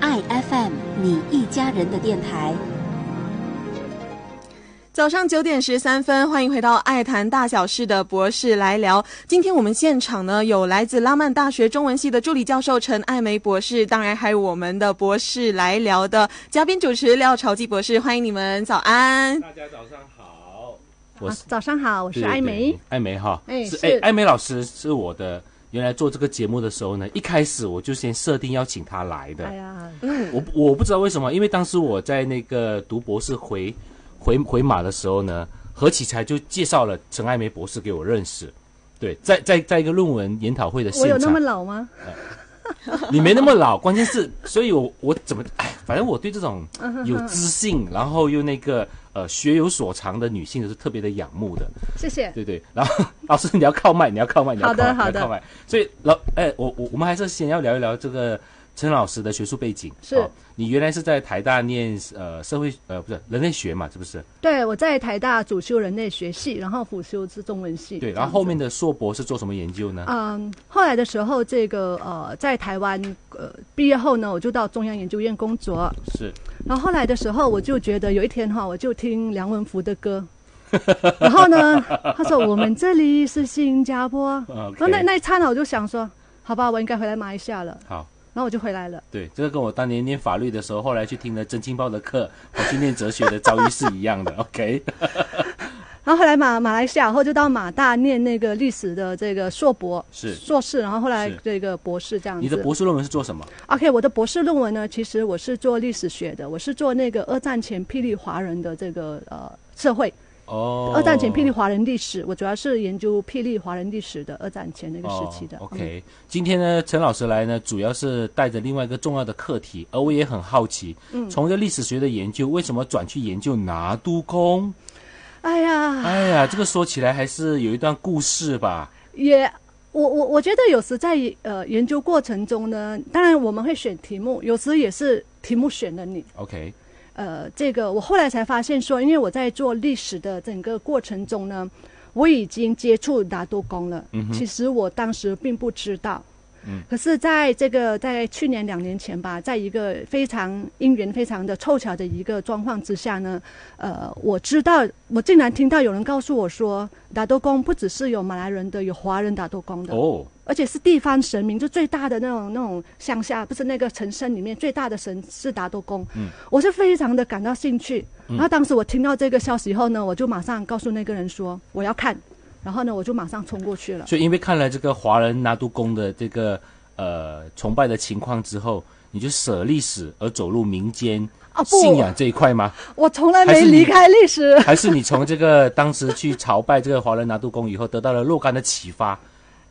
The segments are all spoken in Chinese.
爱 FM 你一家人的电台。早上九点十三分，欢迎回到《爱谈大小事》的博士来聊。今天我们现场呢有来自拉曼大学中文系的助理教授陈爱梅博士，当然还有我们的博士来聊的嘉宾主持廖朝基博士，欢迎你们，早安。大家早上好，我啊是，早上好，我是对艾，梅对。艾梅哈，哎是是哎，艾梅老师是我的。原来做这个节目的时候呢，一开始我就先设定要请她来的。哎呀，嗯我不我不知道为什么，因为当时我在那个读博士回回回马的时候呢，何启才就介绍了陈艾梅博士给我认识。对，在在在一个论文研讨会的现我有那场么，老吗？你没那么老，关键是，所以我我怎么哎，反正我对这种嗯有知性，然后又那个呃学有所长的女性是特别的仰慕的。谢谢。对 对，然后老师你要靠麦，你要靠麦，你要好靠的麦，好你的要靠麦。所以老哎，我我我们还是先要聊一聊这个陈老师的学术背景。是哦你原来是在台大念呃社会呃不是人类学嘛，是不是？对，我在台大主修人类学系，然后辅修是中文系。对，这然样后后子面的硕博是做什么研究呢？嗯，后来的时候，这个呃，在台湾呃毕业后呢，我就到中央研究院工作。是然后后来的时候，我就觉得有一天哈，我就听梁文福 的歌，然后呢，他说我们这里是新加坡，呃 OK 然后哦那那一刹那我就想说，好吧，我应该回来马来西亚了。好。然后我就回来了。对，这个跟我当年念法律的时候，后来去听了真金豹的课，跑去念哲学的遭遇是一样的。OK，然后后来马马来西亚后就到马大念那个历史的这个硕博是硕士，然后后来是这个博士这样子。你的博士论文是做什么？ OK，我的博士论文呢，其实我是做历史学的，我是做那个二战前霹雳华人的这个呃社会，哦，二战前霹雳华人历史，我主要是研究霹雳华人历史的二战前那个时期的。嗯哦、OK，、今天呢，陈老师来呢，主要是带着另外一个重要的课题，而我也很好奇，嗯从一个历史学的研究，为什么转去研究拿督公？哎呀，哎呀，这个说起来还是有一段故事吧。也，我我我觉得有时在呃研究过程中呢，当然我们会选题目，有时也是题目选了你。 OK，呃，这个我后来才发现说，因为我在做历史的整个过程中呢，我已经接触拿督公了。嗯、其实我当时并不知道。嗯、可是，在这个在去年两年前吧，在一个非常因缘非常的凑巧的一个状况之下呢，呃，我知道，我竟然听到有人告诉我说，打斗公不只是有马来人的，有华人打斗公的。哦，而且是地方神明，就最大的那种那种乡下，不是那个城镇里面最大的神是达多公。嗯，我是非常的感到兴趣。嗯然后当时我听到这个消息后呢，我就马上告诉那个人说我要看，然后呢我就马上冲过去了。所以因为看了这个华人拿督公的这个呃崇拜的情况之后，你就舍历史而走入民间啊不信仰这一块吗？我从来还没是你离开历史。还是你从这个当时去朝拜这个华人拿督公以后，得到了若干的启发？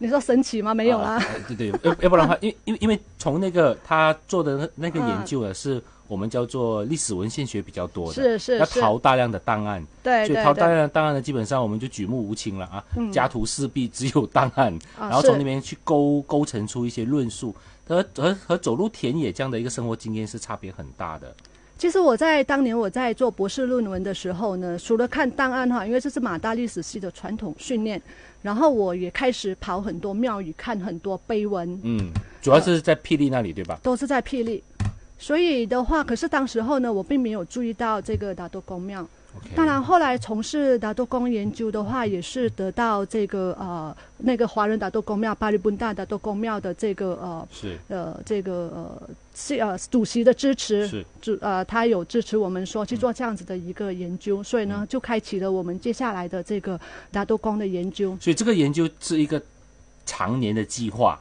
你说神奇吗？没有啦。啊对对，要要不然的话，因为因为因为从那个他做的那那个嗯研究呢，是我们叫做历史文献学比较多的，是是要是淘大量的档案，对所以对淘大对量的档案呢，基本上我们就举目无亲了啊，家徒四壁，只有档案，啊然后从是那边去勾勾陈出一些论述，和和和走入田野这样的一个生活经验是差别很大的。其实我在当年我在做博士论文的时候呢，除了看档案哈，因为这是马大历史系的传统训练，然后我也开始跑很多庙宇，看很多碑文，嗯，主要是在霹雳那里对吧？都是在霹雳。所以的话，可是当时候呢，我并没有注意到这个达多公庙。 OK 当然，后来从事达多公研究的话，也是得到这个呃那个华人达多公庙、巴黎本大达多公庙的这个呃是呃这个呃是呃主席的支持，是嗯主呃他有支持我们说去做这样子的一个研究，所以呢就开启了我们接下来的这个达多公的研究。所以这个研究是一个常年的计划，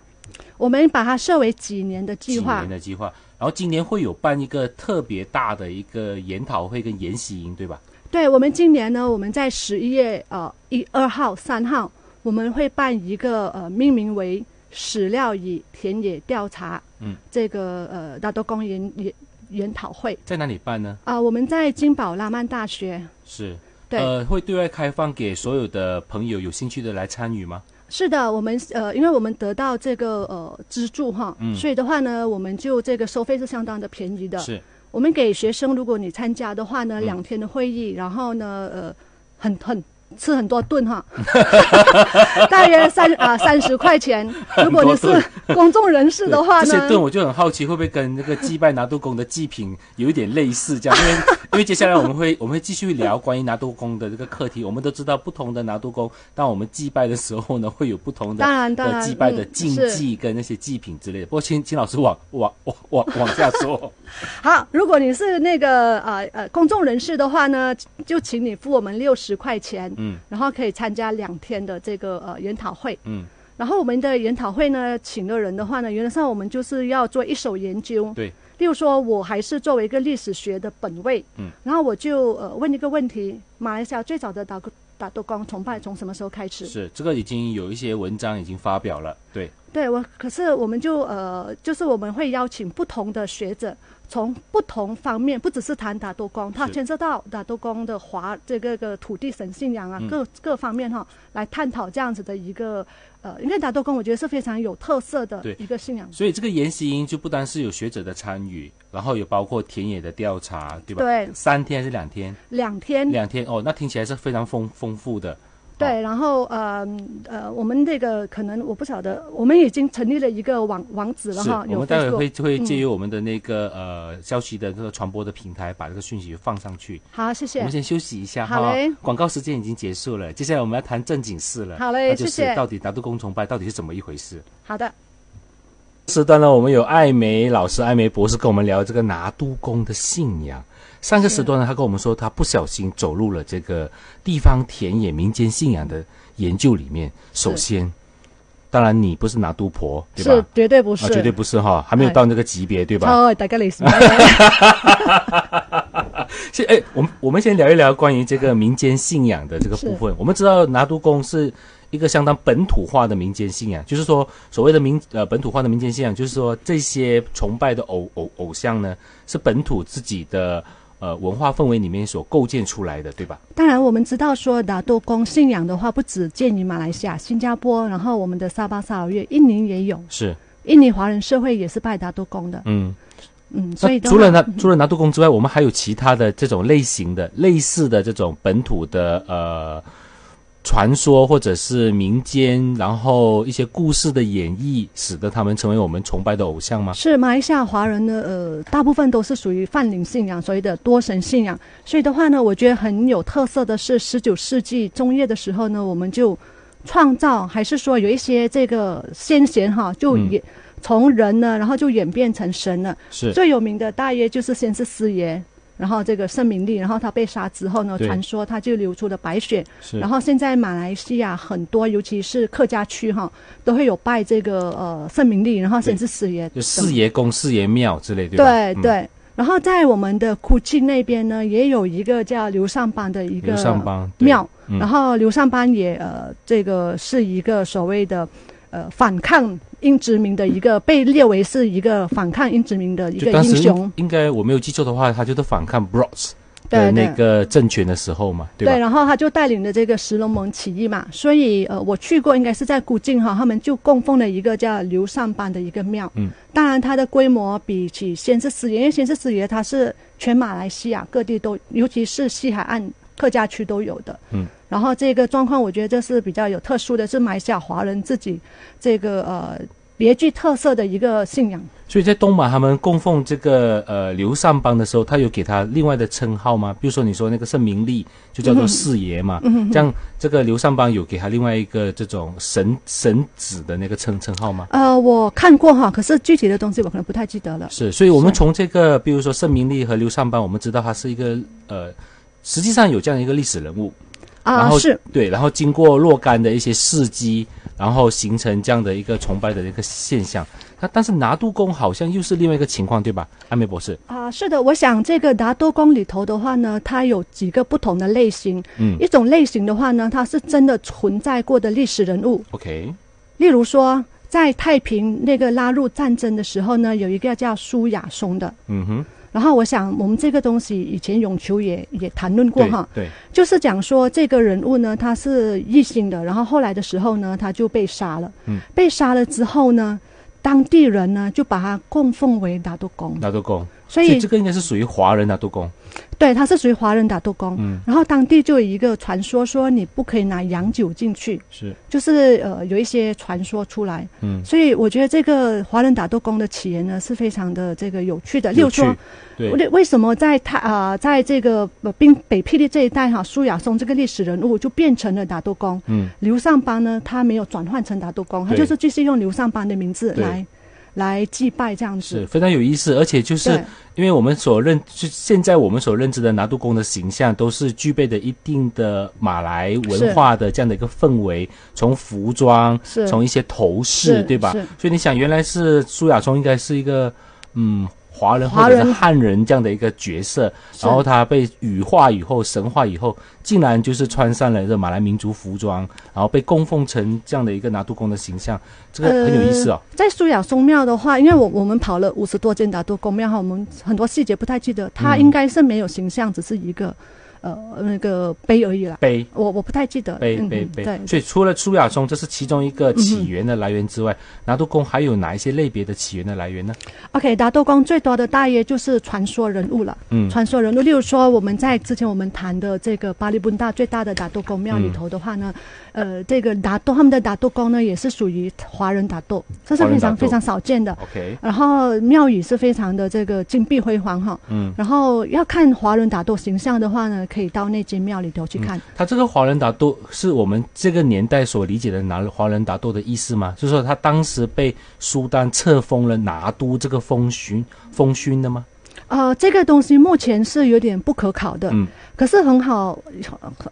我们把它设为几年的计几划年，的计划。然后今年会有办一个特别大的一个研讨会跟研习营，对吧？对，我们今年呢，我们在十一月呃一二号、三号，我们会办一个呃命名为“史料与田野调查”嗯这个呃大多公研研研讨会在哪里办呢？啊、我们在金宝拉曼大学。是，对，呃，会对外开放给所有的朋友有兴趣的来参与吗？是的，我们呃，因为我们得到这个呃资助哈，所以的话呢，我们就这个收费是相当的便宜的。是，嗯我们给学生，如果你参加的话呢，两天的会议，然后呢，呃，很很吃很多顿 哈，大约三啊三十块钱。如果你很多是公众人士的话这些盾呢，我就很好奇，会不会跟那个祭拜拿督公的祭品有一点类似？这样，因为 因为接下来我们会我们会继续聊关于拿督公的这个课题。我们都知道，不同的拿督公，当我们祭拜的时候呢，会有不同的当然当的然祭拜的嗯禁是忌跟那些祭品之类的。不过，秦秦老师往往往往往下说，好，如果你是那个啊呃公众人士的话呢，就请你付我们六十块钱，嗯然后可以参加两天的这个呃研讨会。嗯，然后我们的研讨会呢，请的人的话呢，原则上我们就是要做一手研究。对，例如说，我还是作为一个历史学的本位，嗯，然后我就呃问一个问题：马来西亚最早的打打斗光崇拜从什么时候开始？是这个已经有一些文章已经发表了，对，对我，可是我们就呃，就是我们会邀请不同的学者，从不同方面，不只是谈打斗光，它是牵涉到打斗光的华这个个土地神信仰啊，嗯各各方面哈，来探讨这样子的一个呃，因为打斗光我觉得是非常有特色的对一个信仰。所以这个研习营就不单是有学者的参与，然后有包括田野的调查，对吧？对三天还是两天？两天，两天哦，那听起来是非常丰丰富的。对，然后呃呃，我们这个可能我不晓得，我们已经成立了一个网网址了是，哈，我有们待会 Facebook。嗯会会借由我们的那个、呃消息的这个传播的平台，把这个讯息放上去。好，谢我谢们。先休息一下好哈嘞，广告时间已经结束了，接下来我们要谈正经事了。好嘞那就是谢谢到底达杜公崇拜到底是怎么一回事？好的，时段呢，我们有艾梅老师、艾梅博士跟我们聊这个拿督公的信仰。上个时段呢，他跟我们说他不小心走入了这个地方田野民间信仰的研究里面。首先，当然你不是拿督婆，对吧？是绝对不是，哎啊，绝对不是哈，还没有到那个级别，对吧？超大概类似。是哎，我们我们先聊一聊关于这个民间信仰的这个部分。我们知道拿督公是一个相当本土化的民间信仰，就是说所谓的民呃本土化的民间信仰，就是说这些崇拜的偶偶偶像呢，是本土自己的呃文化氛围里面所构建出来的，对吧？当然，我们知道说打斗公信仰的话，不只见于马来西亚、新加坡，然后我们的沙巴、沙劳越、印尼也有，是，印尼华人社会也是拜打斗公的。嗯。嗯，所那以的除话了拿除了拿督公之外，我们还有其他的这种类型的类似的这种本土的呃传说或者是民间，然后一些故事的演绎，使得他们成为我们崇拜的偶像吗？是马来西亚华人呢，呃，大部分都是属于泛灵信仰，所谓的多神信仰。所以的话呢，我觉得很有特色的是，十九世纪中叶的时候呢，我们就创造，还是说有一些这个先贤哈，就嗯也、从人呢，然后就演变成神了。是最有名的大约就是先是师爷，然后这个圣明利，然后他被杀之后呢，对传说他就流出了白血。是然后现在马来西亚很多，尤其是客家区哈，都会有拜这个呃圣明利，然后先是师爷就等，四爷公、四爷庙之类，对吧？对嗯对。然后在我们的古晋那边呢，也有一个叫刘上班的一个刘上邦对庙，嗯然后刘上班也呃，这个是一个所谓的呃反抗英殖民的一个被列为是一个反抗英殖民的一个就当英时雄应，应该我没有记错的话，他就是反抗 Broads 的对那对。个政权的时候嘛，对吧？然后他就带领的这个石龙盟起义嘛，所以呃，我去过，应该是在古晋哈，他们就供奉了一个叫刘上班的一个庙。嗯，当然它的规模比起先知师爷，因为先知师爷它是全马来西亚各地都，尤其是西海岸客家区都有的。嗯，然后这个状况，我觉得这是比较有特殊的，是马来西亚华人自己这个呃别具特色的一个信仰。所以在东马他们供奉这个呃刘上邦的时候，他有给他另外的称号吗？比如说你说那个圣明利就叫做四爷嘛，嗯这样这个刘上邦有给他另外一个这种神神子的那个称称号吗？呃，我看过哈，可是具体的东西我可能不太记得了。是，所以我们是从这个比如说圣明利和刘上邦，我们知道他是一个呃。实际上有这样一个历史人物，然啊、后是。对，然后经过若干的一些事迹，然后形成这样的一个崇拜的一个现象。那但是拿督公好像又是另外一个情况，对吧？艾美博士，啊，是的，我想这个达多宫里头的话呢，它有几个不同的类型。嗯一种类型的话呢，它是真的存在过的历史人物， ，OK，例如说在太平那个拉入战争的时候呢，有一个叫苏亚松的。嗯哼，然后我想，我们这个东西以前永球也也谈论过对哈，对，就是讲说这个人物呢，他是异性的，然后后来的时候呢，他就被杀了。嗯被杀了之后呢，当地人呢就把他供奉为达多宫，拿督公，所所以以这个应该是属于华人拿督公，对，它是属于华人打豆工。嗯然后当地就有一个传说说你不可以拿洋酒进去，是，就是呃有一些传说出来。嗯，所以我觉得这个华人打豆工的起源呢是非常的这个有趣的。例有如趣说，，对，为为什么在他啊、在这个呃冰北霹雳这一带哈、苏亚松这个历史人物就变成了打豆工，嗯，刘尚邦呢他没有转换成打豆工，他对就是继续用刘尚邦的名字对来来祭拜这样是子。非常有意思，而且就是对，因为我们所认，就现在我们所认知的拿督公的形象，都是具备的一定的马来文化的这样的一个氛围，从服装，是从一些头饰，是对吧是？所以你想，原来是苏亚松应该是一个嗯华人或华者人是汉人这样的一个角色，是然后他被羽化以后、神化以后，竟然就是穿上了这马来民族服装，然后被供奉成这样的一个拿督公的形象，这个很有意思哦。在苏雅松庙的话，因为我我们跑了五十多间打多公庙哈，我们很多细节不太记得，它嗯应该是没有形象，只是一个呃那个碑而已啦。碑我我不太记得。背嗯背嗯背，对，嗯所以除了苏亚松，这是其中一个起源的来源之外，拿督公还有哪一些类别的起源的来源呢？ OK，打豆工最多的大约就是传说人物了。嗯传说人物，例如说我们在之前我们谈的这个巴黎布大最大的打豆工庙里头的话呢，嗯呃，这个打豆他们的打豆工呢也是属于华人打豆，这是华人非打常豆非常少见的。 ，OK，然后庙宇是非常的这个金碧辉煌哈。嗯。然后要看华人打斗形象的话呢，可以到那间庙里头去看。他这个华人打斗是我们这个年代所理解的拿华人打斗的意思吗？就是说他当时被苏丹册封了拿督这个封勋封勋的吗？呃，这个东西目前是有点不可考的。嗯可是很好，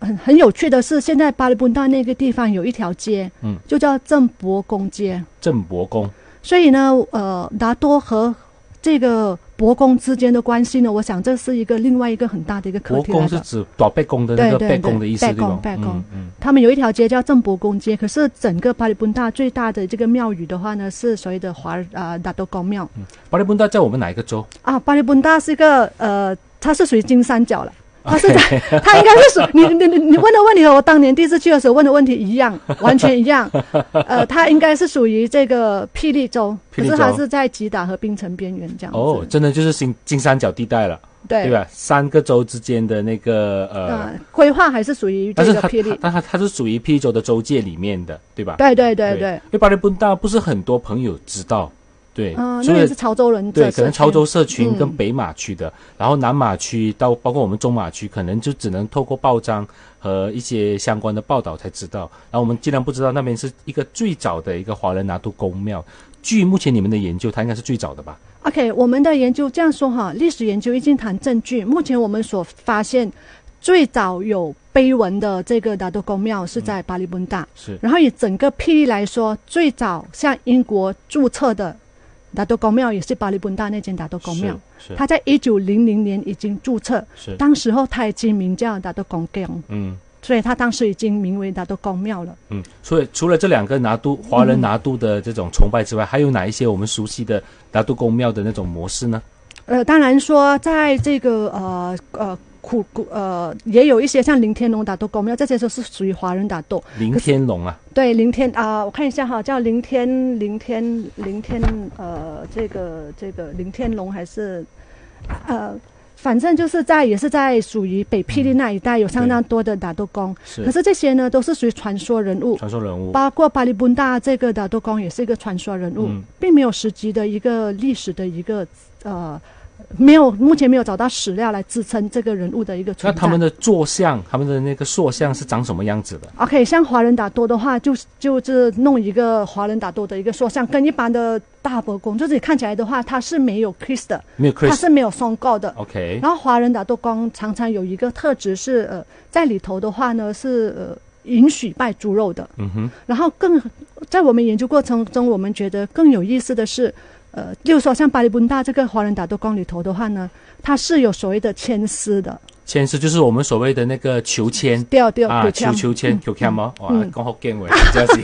很很有趣的是，现在巴黎布达那个地方有一条街，嗯，就叫郑伯公街。郑伯公，所以呢，呃，达多和这个伯公之间的关系呢，我想这是一个另外一个很大的一个课伯题来公的。是指打背公的那个对对背公的对意思，背对吧公？背嗯公嗯，他们有一条街叫郑伯公街，可是整个巴黎布达最大的这个庙宇的话呢，是所谓的华啊达多公庙。巴黎布达在我们哪一个州？啊，巴黎本大是一个呃，它是属于金三角了。啊它是在，它应该是属你你你你问的问题和我当年第一次去的时候问的问题一 样，完全一样。呃，它应该是属于这个霹雳州，霹可雳是它州是在吉打和槟城边缘这样子。哦，真的就是新金三角地带了，对对？吧？三个州之间的那个呃呃，规划还是属于这但是个它霹雳。它它它是属于霹雳州的州界里面的，对吧？对对对对对，因为巴黎布达不是很多朋友知道，对，嗯，所那也以是潮州人对这可能社潮区州社群跟嗯北马区的，然后南马区到包括我们中马区，可能就只能透过报章和一些相关的报道才知道。然后我们尽量不知道那边是一个最早的一个华人拿督公庙，据目前你们的研究，它应该是最早的吧？ OK，我们的研究这样说哈，历史研究一经谈证据，目前我们所发现最早有碑文的这个达多公庙是在巴黎本大，是然后以整个霹雳来说，最早向英国注册的达多公庙也是巴黎本大那间达多公庙，是它在一九零零年已经注册，是当时候它已经名叫达多公宫，嗯。所以它当时已经名为达多公庙了。嗯，所以除了这两个拿督华嗯人拿督的这种崇拜之外，还有哪一些我们熟悉的拿督公庙的那种模式呢？呃，当然说，在这个呃呃苦苦呃，也有一些像林天龙打斗公庙，这些都是属于华人打斗。林天龙啊，对，林天啊、我看一下哈，叫林天林天林天呃，这个这个林天龙还是呃，反正就是在也是在属于北霹雳那一带有相当多的打斗公，是可是这些呢都是属于传说人物。传说人物，包括巴黎布达这个打斗公也是一个传说人物，嗯并没有实际的一个历史的一个呃，没有目前没有找到史料来支撑这个人物的一个那存在。他们的坐像，他们的那个塑像是长什么样子的？ OK，像华人打斗的话，就是就是弄一个华人打斗的一个塑像，跟一般的大伯公，就是你看起来的话，它是没有 Chris 的，没有它 Chris，OK，、是没有松告的。 OK，然后华人打斗公常常有一个特质是，呃，在里头的话呢是呃允许拜猪肉的。嗯哼，然后更在我们研究过程中，我们觉得更有意思的是，呃，就说像巴黎布达这个华人打斗工里头的话呢，它是有所谓的牵丝的，签是就是我们所谓的那个求签掉掉啊，对求求签求签吗？哇，嗯刚好 g a 这样子一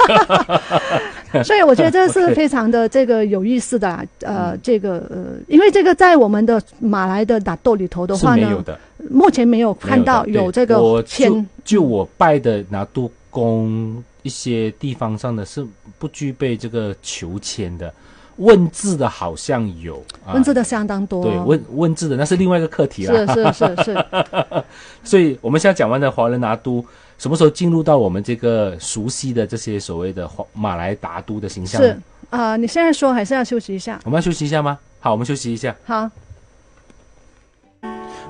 个， 所以我觉得 这 OK 是非常的这个有意思的啦，呃，这个呃，因为这个在我们的马来的打斗里头的是话没有呢，的。目前没有看到没有的有对这我个就牵。就我拜的拿督公一些地方上的是不具备这个求签的。问字的好像有，啊文字的相当多。对问问字的那是另外一个课题是了。 是是是，所以我们现在讲完的华人拿督，什么时候进入到我们这个熟悉的这些所谓的华马来达都的形象？是啊、你现在说还是要休息一下？我们要休息一下吗？好，我们休息一下。好，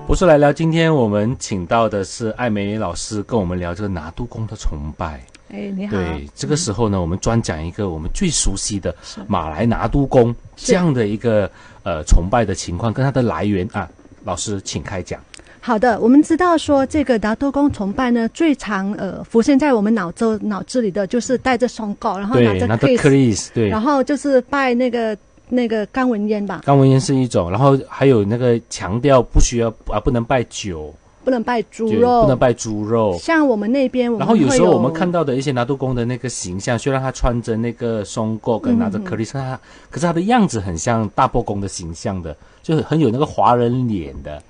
博士来聊，今天我们请到的是艾美老师，跟我们聊这个拿督公的崇拜。哎，你好，对，这个时候呢，我们专讲一个我们最熟悉的是马来拿督公是这样的一个呃崇拜的情况跟它的来源啊。老师，请开讲。好的，我们知道说这个达多公崇拜呢，最常呃浮现在我们脑子脑子里的就是戴着双镐，然后拿对，着拿着 kiss， Chris，对，然后就是拜那个那个甘文烟吧，肛门炎是一种，然后还有那个强调不需要啊，不能拜酒，不能拜猪就肉，嗯不能拜猪肉。像我们那边我们然后有时候会我们看到的一些拿督公的那个形象，虽然他穿着那个松果跟拿着嗯嗯嗯克里斯，他可是他的样子很像大伯公的形象的，就很有那个华人脸的。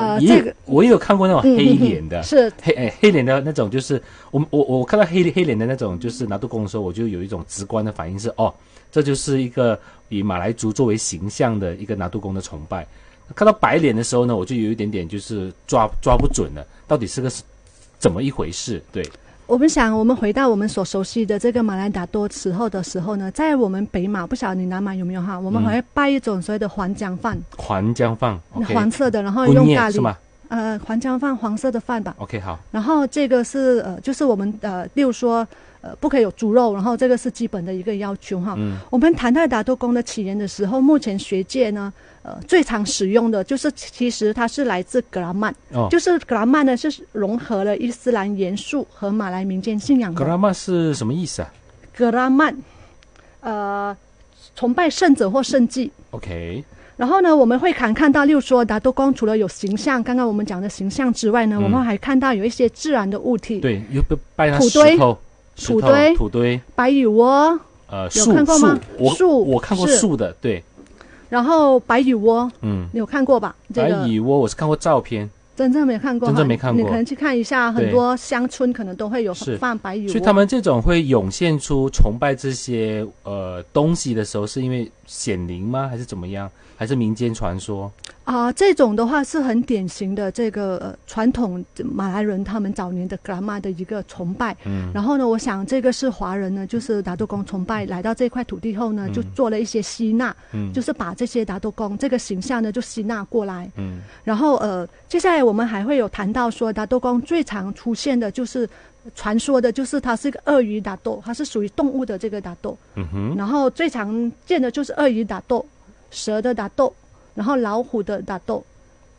呃也有这个我也有看过那种嗯嗯嗯黑脸的，是黑哎黑脸的那种，就是我我我看到黑黑脸的那种，就是拿督公的时候，我就有一种直观的反应是，哦，这就是一个以马来族作为形象的一个拿督公的崇拜。看到白脸的时候呢，我就有一点点就是抓抓不准了，到底是个是怎么一回事？对，我们想，我们回到我们所熟悉的这个马来达多时候的时候呢，在我们北马，不晓得你南马有没有哈，我们嗯还会拜一种所谓的黄姜饭，还姜饭，OK，黄色的，然后不哦用哦念咖是喱，吗呃，黄姜饭，黄色的饭吧。 ？OK，好，然后这个是呃，就是我们呃，例如说呃，不可以有猪肉，然后这个是基本的一个要求哈。嗯我们谈到达多宫的起源的时候，目前学界呢，呃，最常使用的就是其实它是来自格拉曼，哦，就是格拉曼呢是融合了伊斯兰元素和马来民间信仰格的拉玛是什么意思啊格拉曼，呃，崇拜圣者或圣迹。 ？OK，然后呢，我们会看看到，例如说达多宫除了有形象，刚刚我们讲的形象之外呢，嗯我们还看到有一些自然的物体，对，又不拜那土石堆头，石土头堆土堆，白羽窝，呃，有树看过树吗，我树我看过是树的，对，然后白羽窝，嗯，你有看过吧？这白个蚁窝我是看过照片，真正没看过哈，真正没看过你可能去看一下，很对多乡村可能都会有是放白羽窝。所以他们这种会涌现出崇拜这些呃东西的时候，是因为显灵吗？还是怎么样？还是民间传说？啊、这种的话是很典型的这个、呃、传统马来人他们早年的格拉玛的一个崇拜。嗯然后呢，我想这个是华人呢，就是达多公崇拜来到这块土地后呢，就做了一些吸纳，嗯就是把这些达多公这个形象呢就吸纳过来。嗯然后呃，接下来我们还会有谈到说，达多公最常出现的就是传说的，就是它是一个鳄鱼达多，它是属于动物的这个达多。嗯哼，然后最常见的就是鳄鱼打斗、蛇的打斗，然后老虎的打斗。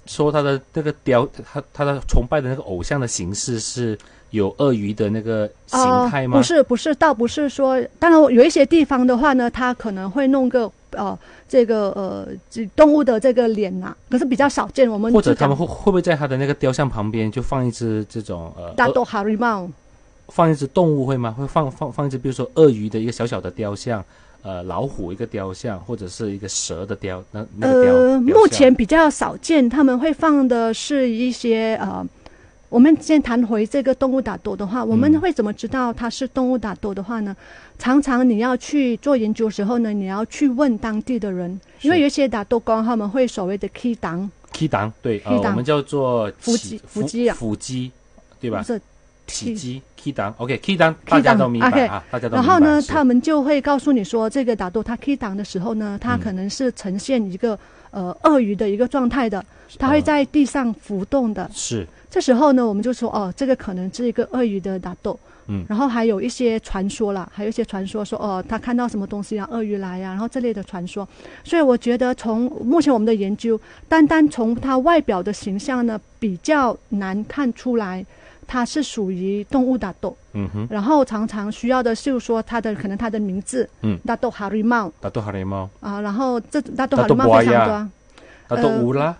说他的那个雕，他他的崇拜的那个偶像的形式是有鳄鱼的那个形态吗？呃哦不是，不是，倒不是说，当然有一些地方的话呢，它可能会弄个呃这个呃这动物的这个脸呐、可是比较少见。我们或者就他讲们会会不会在他的那个雕像旁边就放一只这种呃打鳄斗哈瑞曼，放一只动物会吗？会放放放一只，比如说鳄鱼的一个小小的雕像，呃，老虎一个雕像，或者是一个蛇的雕，那那个雕。呃，雕像目前比较少见，他们会放的是一些呃。我们先谈回这个动物打斗的话，我们嗯会怎么知道它是动物打斗的话呢？常常你要去做研究的时候呢，你要去问当地的人，是因为有一些打斗工他们会所谓的 key 档， K 档对，呃， key 档我们叫做腹起肌腹腹肌啊腹肌，对不吧？是？体积 K 档 o k k 档大家档都明白 OK 啊，大家都然明白。后呢，是他们就会告诉你说，这个打斗它 key 档的时候呢，它嗯可能是呈现一个、呃鳄鱼的一个状态的，它会呃在地上浮动的。是这时候呢，我们就说哦，这个可能是一个鳄鱼的打斗。嗯然后还有一些传说啦，还有一些传说说哦，他看到什么东西啊，鳄鱼来呀、然后这类的传说。所以我觉得从目前我们的研究，单单从它外表的形象呢，比较难看出来它是属于动物打斗。嗯哼，然后常常需要的就是说它的可能它的名字，嗯打斗哈瑞茂大多哈雷猫，啊，然后这打斗达哈多瑞茂非博常呀多啊。大多乌拉，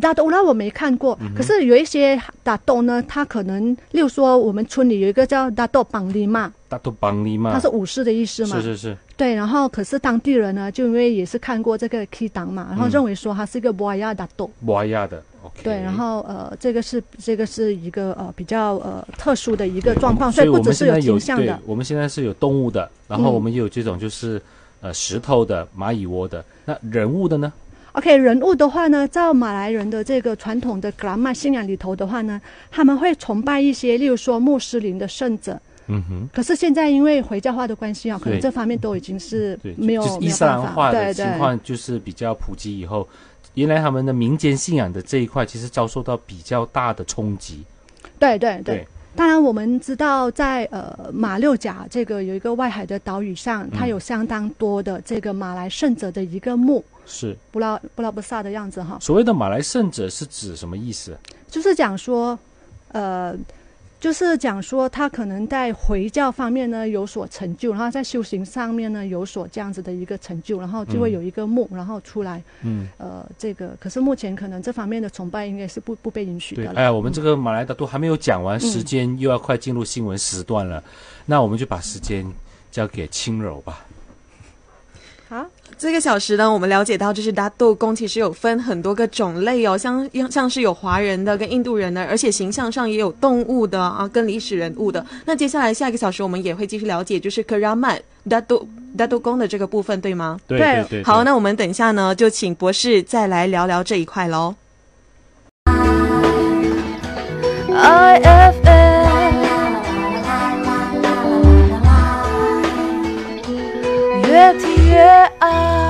打斗啦，我没看过，嗯可是有一些打斗呢，他可能，例如说我们村里有一个叫打斗绑里嘛，大多邦尼嘛，他是武士的意思嘛，是是是，对，然后可是当地人呢，就因为也是看过这个 K 档嘛，然嗯后认为说他是一个博亚打斗，摩亚的，OK。对，然后呃，这个是这个是一个呃比较呃特殊的一对个状况，所所以以我不们只现是在形象对的，我们现在是有动物的，然后嗯我们也有这种就是、呃石头的、蚂蚁窝的。那人物的呢？ OK，人物的话呢，照马来人的这个传统的格拉玛信仰里头的话呢，他们会崇拜一些，例如说穆斯林的圣者。嗯哼，可是现在因为回教化的关系啊，可能对这方面都已经是对，没有就是没伊有斯办兰法。化对的对情况就是比较普及以后，原来他们的民间信仰的这一块其实遭受到比较大的冲击。对对对对。当然，我们知道在呃马六甲这个有一个外海的岛屿上，嗯它有相当多的这个马来圣者的一个墓，是布拉布拉布萨的样子哈。所谓的马来圣者是指什么意思？就是讲说，呃，就是讲说他可能在回教方面呢有所成就，然后在修行上面呢有所这样子的一个成就，然后就会有一个墓，然后出来，嗯，呃，这个可是目前可能这方面的崇拜应该是不不被允许对，的了。哎，我们这个马来的都还没有讲嗯完，时间又要快进入新闻时段了，那我们就把时间交给轻柔吧。好，这个小时呢，我们了解到，就是达豆宫其实有分很多个种类哦，像像是有华人的跟印度人的，而且形象上也有动物的啊，跟历史人物的。那接下来下一个小时，我们也会继续了解，就是 Keramat 达豆达豆宫的这个部分，对吗？对对对好，那我们等一下呢，就请博士再来聊聊这一块喽。 IFM，越听越爱。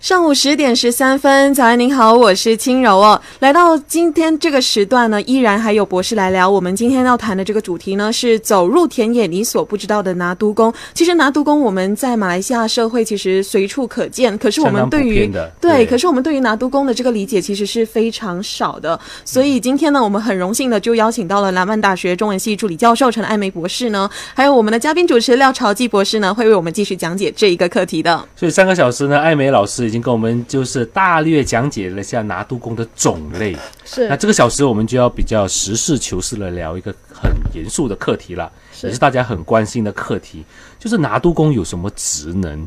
上午十点十三分，早安您好，我是轻柔哦。来到今天这个时段呢，依然还有博士来聊。我们今天要谈的这个主题呢，是走入田野你所不知道的拿督公。其实拿督公我们在马来西亚社会其实随处可见，可是我相们当普对于遍的，对，可是我们对于拿督公的这个理解其实是非常少的，所以今天呢，我们很荣幸的就邀请到了南曼大学中文系助理教授陈艾梅博士呢，还有我们的嘉宾主持廖朝基博士呢，会为我们继续讲解这一个课题的。所以上个小时呢，艾美老师已经跟我们就是大略讲解了一下拿督公的种类。那是这个小时我们就要比较实事求是的聊一个很严肃的课题了，也是大家很关心的课题，就是拿督公有什么职能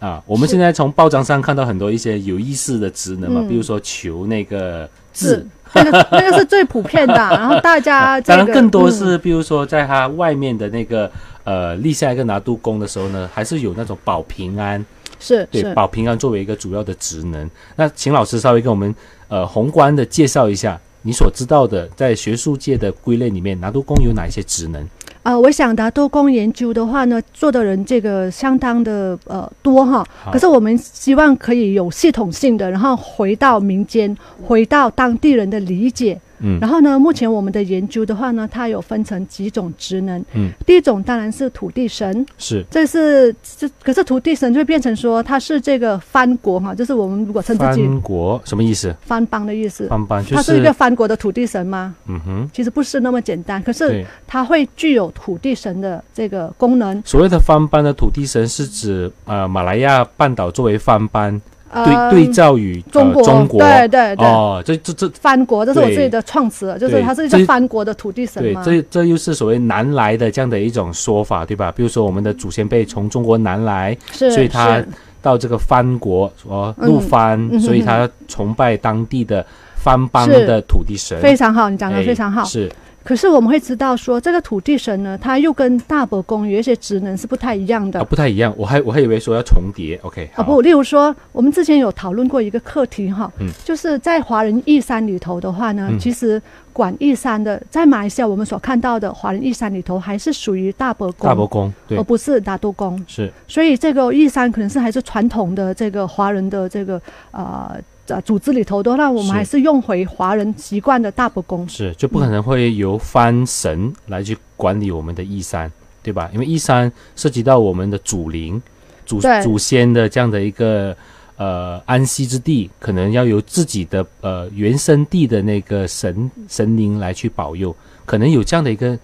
啊？我们现在从报章上看到很多一些有意思的职能嘛，嗯比如说求那个字是，那个那个是最普遍的，然后大家这啊当个然更多嗯是比如说在他外面的那个呃立下一个拿督公的时候呢，还是有那种保平安，是对是保平安作为一个主要的职能。那请老师稍微跟我们呃宏观的介绍一下你所知道的在学术界的归类里面，拿督公有哪一些职能？呃，我想达多工研究的话呢，做的人这个相当的呃多哈好。可是我们希望可以有系统性的，然后回到民间，回到当地人的理解。嗯然后呢，目前我们的研究的话呢，它有分成几种职能。嗯，第一种当然是土地神，是这是这可是土地神就会变成说他是这个藩国哈，就是我们如果称自己藩国什么意思？藩邦的意思，藩邦就他是一是个藩国的土地神吗？嗯哼，其实不是那么简单，可是对，它会具有土地神的这个功能。所谓的藩邦的土地神是指呃马来亚半岛作为藩邦，呃对对照于中国，呃、嗯中国对对对，哦，这这这藩国，这是我对自己的创词，就对是它是一这个藩国的土地神对，嘛。这这又是所谓南来的这样的一种说法，对吧？比如说我们的祖先辈从中国南来，是，所以他是到这个藩国，哦，嗯陆藩，嗯哼所以他崇拜当地的藩邦是的土地神，非常好，你讲的哎非常好。是可是我们会知道说，这个土地神呢，它又跟大伯公有一些职能是不太一样的啊，。不太一样，我还我还以为说要重叠，OK，啊好不，例如说，我们之前有讨论过一个课题哈，嗯就是在华人义山里头的话呢，嗯其实管义山的，在马来西亚我们所看到的华人义山里头，还是属于大伯公，哦大伯公，对而，不是打多公。是所以这个义山可能是还是传统的这个华人的这个呃呃组织里头的话，那我们是还是用回华人习惯的大伯公。是，就不可能会由藩神来去管理我们的义山，对吧？因为义山涉及到我们的祖灵、祖对祖先的这样的一个呃安息之地，可能要由自己的呃原生地的那个神神灵来去保佑，可能有这样的一个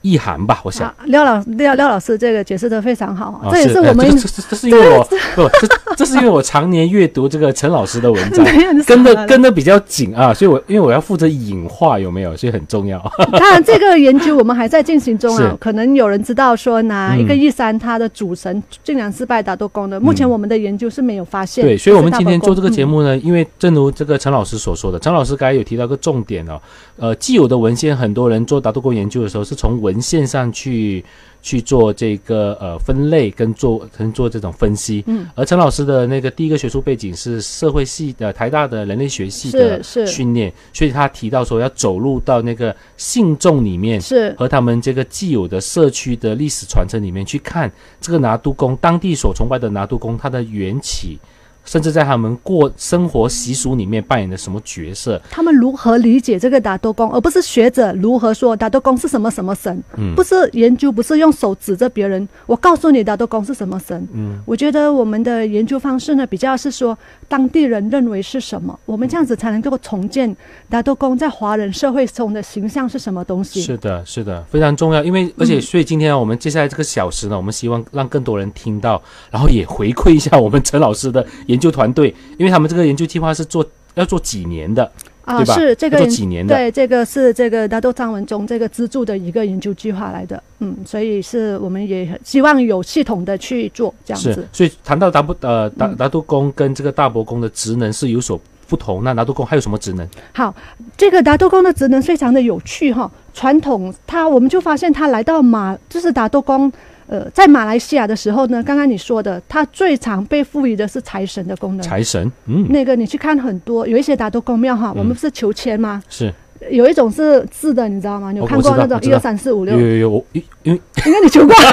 意涵吧，我想。啊，廖老廖廖老师这个解释的非常好，啊这也是呃我们、，这这这这是因为我不，这这是因为我常年阅读这个陈老师的文章 没有你跟少的来跟的比较紧啊，所以我因为我要负责引话，有没有？所以很重要。当然这个研究我们还在进行中啊是，可能有人知道说哪嗯一个义山它的主神竟然是拜打多公的，目前我们的研究是没有发现。对，所以我们今天做这个节目，目呢，因为正如这个陈老师所说的，陈老师刚才有提到一个重点哦，呃，既有的文献，很多人做达度公研究的时候是从文献上去去做这个呃分类跟做跟做这种分析。嗯，而陈老师的那个第一个学术背景是社会系的台大的人类学系的是是训练，所以他提到说要走入到那个信众里面，嗯是和他们这个既有的社区的历史传承里面去看这个拿督公当地所崇拜的拿督公他的缘起，甚至在他们过生活习俗里面扮演的什么角色。他们如何理解这个打斗功，而不是学者如何说打斗功是什么什么神，嗯不是研究，不是用手指着别人，我告诉你打斗功是什么神。嗯，我觉得我们的研究方式呢，比较是说当地人认为是什么，我们这样子才能够重建打斗功在华人社会中的形象是什么东西。是的，是的，非常重要。因为而且所以今天啊我们接下来这个小时呢，我们希望让更多人听到，然后也回馈一下我们陈老师的研究团队，因为他们这个研究计划是做要做几年的，啊，对吧是这个要研做几年的对，这个是这个大豆张文中这个资助的一个研究计划来的，嗯，所以是我们也很希望有系统的去做这样是子。，所以谈到达布呃达嗯达杜公跟这个大伯公的职能是有所不同，那达杜公还有什么职能？好，这个达豆公的职能非常的有趣哈。传统他我们就发现他来到马，就是达豆公，呃，在马来西亚的时候呢，刚刚你说的，他最常被赋予的是财神的功能。财神，嗯，那个你去看很多有一些达豆公庙哈，我们不是求签吗？是有一种是字的，你知道吗？你有我看我知过那道种我知一道二三四五六有，有有，我因因为 应该你求过。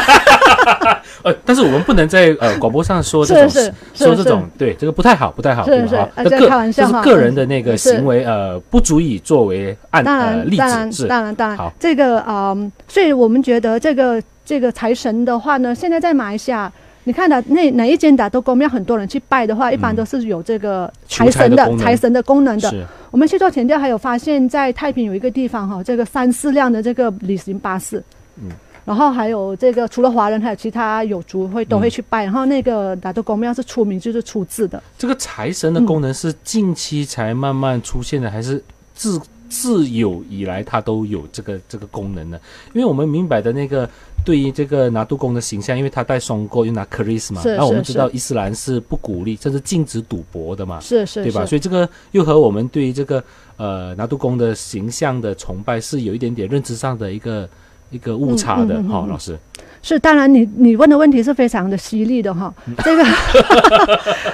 呃，但是我们不能在呃广播上说这是种是是说这种对这个不太好，不太好，是对吧是哈呃这这个开玩笑这是哈个嗯人的那个是行为，呃，不足以作为案当然，呃例当然子，是当然，当然好，这个啊、嗯所以我们觉得这个这个财神的话呢，现在在马来西亚，你看的那哪一间打斗公庙，很多人去拜的话，一般嗯都是有这个求财财神的的功能财神的功能的。是我们去做田调，还有发现，在太平有一个地方哈，这个三四辆的这个旅行巴士，嗯，然后还有这个除了华人，还有其他有族会嗯都会去拜，然后那个打斗公庙是出名就是出字的。这个财神的功能是近期才慢慢出现的，还是自自有以来它都有这个这个功能呢？因为我们明白的那个。对于这个拿督公的形象，因为他戴双钩，又拿 charis 嘛，是那我们是知道伊斯兰是不鼓励甚至禁止赌博的嘛，是是啊对吧？是，所以这个又和我们对于这个呃拿督公的形象的崇拜是有一点点认知上的一个一个误差的哈、嗯嗯嗯哦嗯，老师，是，当然你，你问的问题是非常的犀利的哈。嗯这个，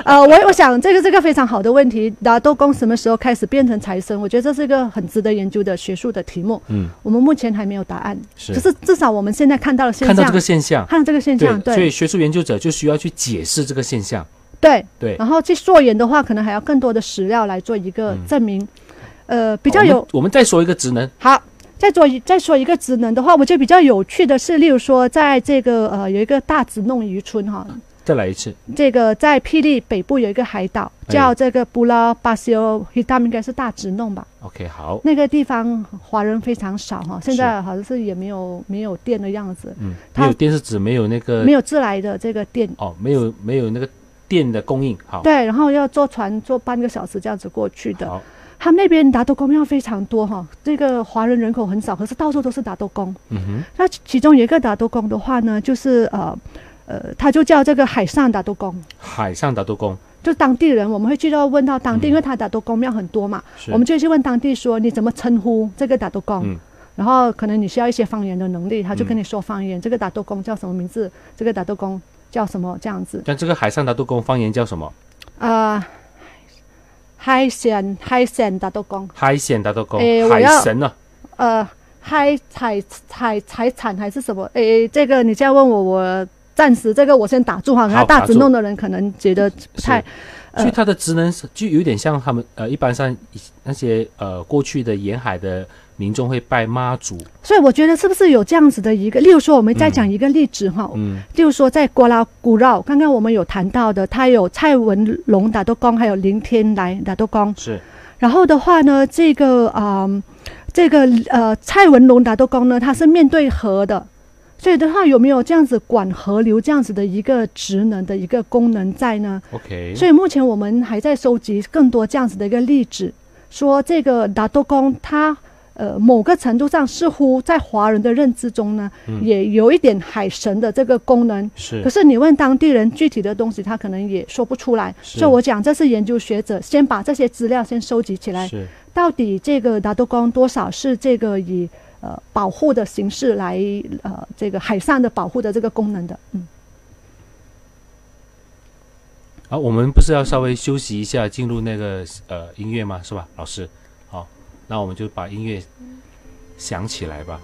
呃，我我想这个这个非常好的问题，打豆公什么时候开始变成财神？我觉得这是一个很值得研究的学术的题目。嗯，我们目前还没有答案，是可是至少我们现在看到了现看象，到这个现象，看到这个现象，所以对学术研究者就需要去解释这个现象，对对。然后去溯源的话，可能还要更多的史料来做一个嗯证明。呃，比较好我有们。我们再说一个职能，好，再做一再说一个职能的话，我觉得比较有趣的是，例如说在这个呃有一个大直弄渔村哈，再来一次。这个在霹雳北部有一个海岛哎叫这个布拉巴西欧，他们应该是大直弄吧？ OK，好，那个地方华人非常少哈，现在好像是也没有没有电的样子，嗯，它没有电视纸，没有那个没有自来的这个电。哦，没有没有那个电的供应，好，对，然后要坐船坐半个小时这样子过去的。好，他们那边打斗工庙非常多哈，这个华人人口很少，可是到处都是打斗工。嗯哼，那其中有一个打斗工的话呢，就是呃呃，他就叫这个海上打斗工，海上打斗工就当地人我们会去到问到当地，嗯因为他打斗工庙很多嘛，是我们就去问当地说你怎么称呼这个打斗工。嗯然后可能你需要一些方言的能力，他就跟你说方言，这个打斗工叫什么名字，这个打斗工叫什么这样子。但这个海上打斗工方言叫什么？啊，海鲜海鲜打斗工，海鲜打斗工诶，我海要神啊呢？呃，海采采采产还是什么？诶，这个你这样问我，我暂时这个我先打住好哈。他大打直住弄的人可能觉得不太是呃所以它的职能是就有点像他们呃，一般上以那些呃过去的沿海的民众会拜妈祖，所以我觉得是不是有这样子的一个，例如说我们再讲一个例子哈，嗯，例如说在瓜拉古绕，刚刚我们有谈到的，他有蔡文龙打斗工，还有林天来打斗工。是然后的话呢，这个啊、嗯这个呃蔡文龙打斗工呢，他是面对河的，所以的话有没有这样子管河流这样子的一个职能的一个功能在呢？ OK，所以目前我们还在收集更多这样子的一个例子，说这个打斗工他呃某个程度上似乎在华人的认知中呢，嗯也有一点海神的这个功能。是可是你问当地人具体的东西，他可能也说不出来。是所以我讲，这是研究学者先把这些资料先收集起来，是到底这个达多公多少是这个以呃保护的形式来呃这个海上的保护的这个功能的，嗯。好，我们不是要稍微休息一下，进入那个呃音乐吗？是吧，老师？好，那我们就把音乐响起来吧。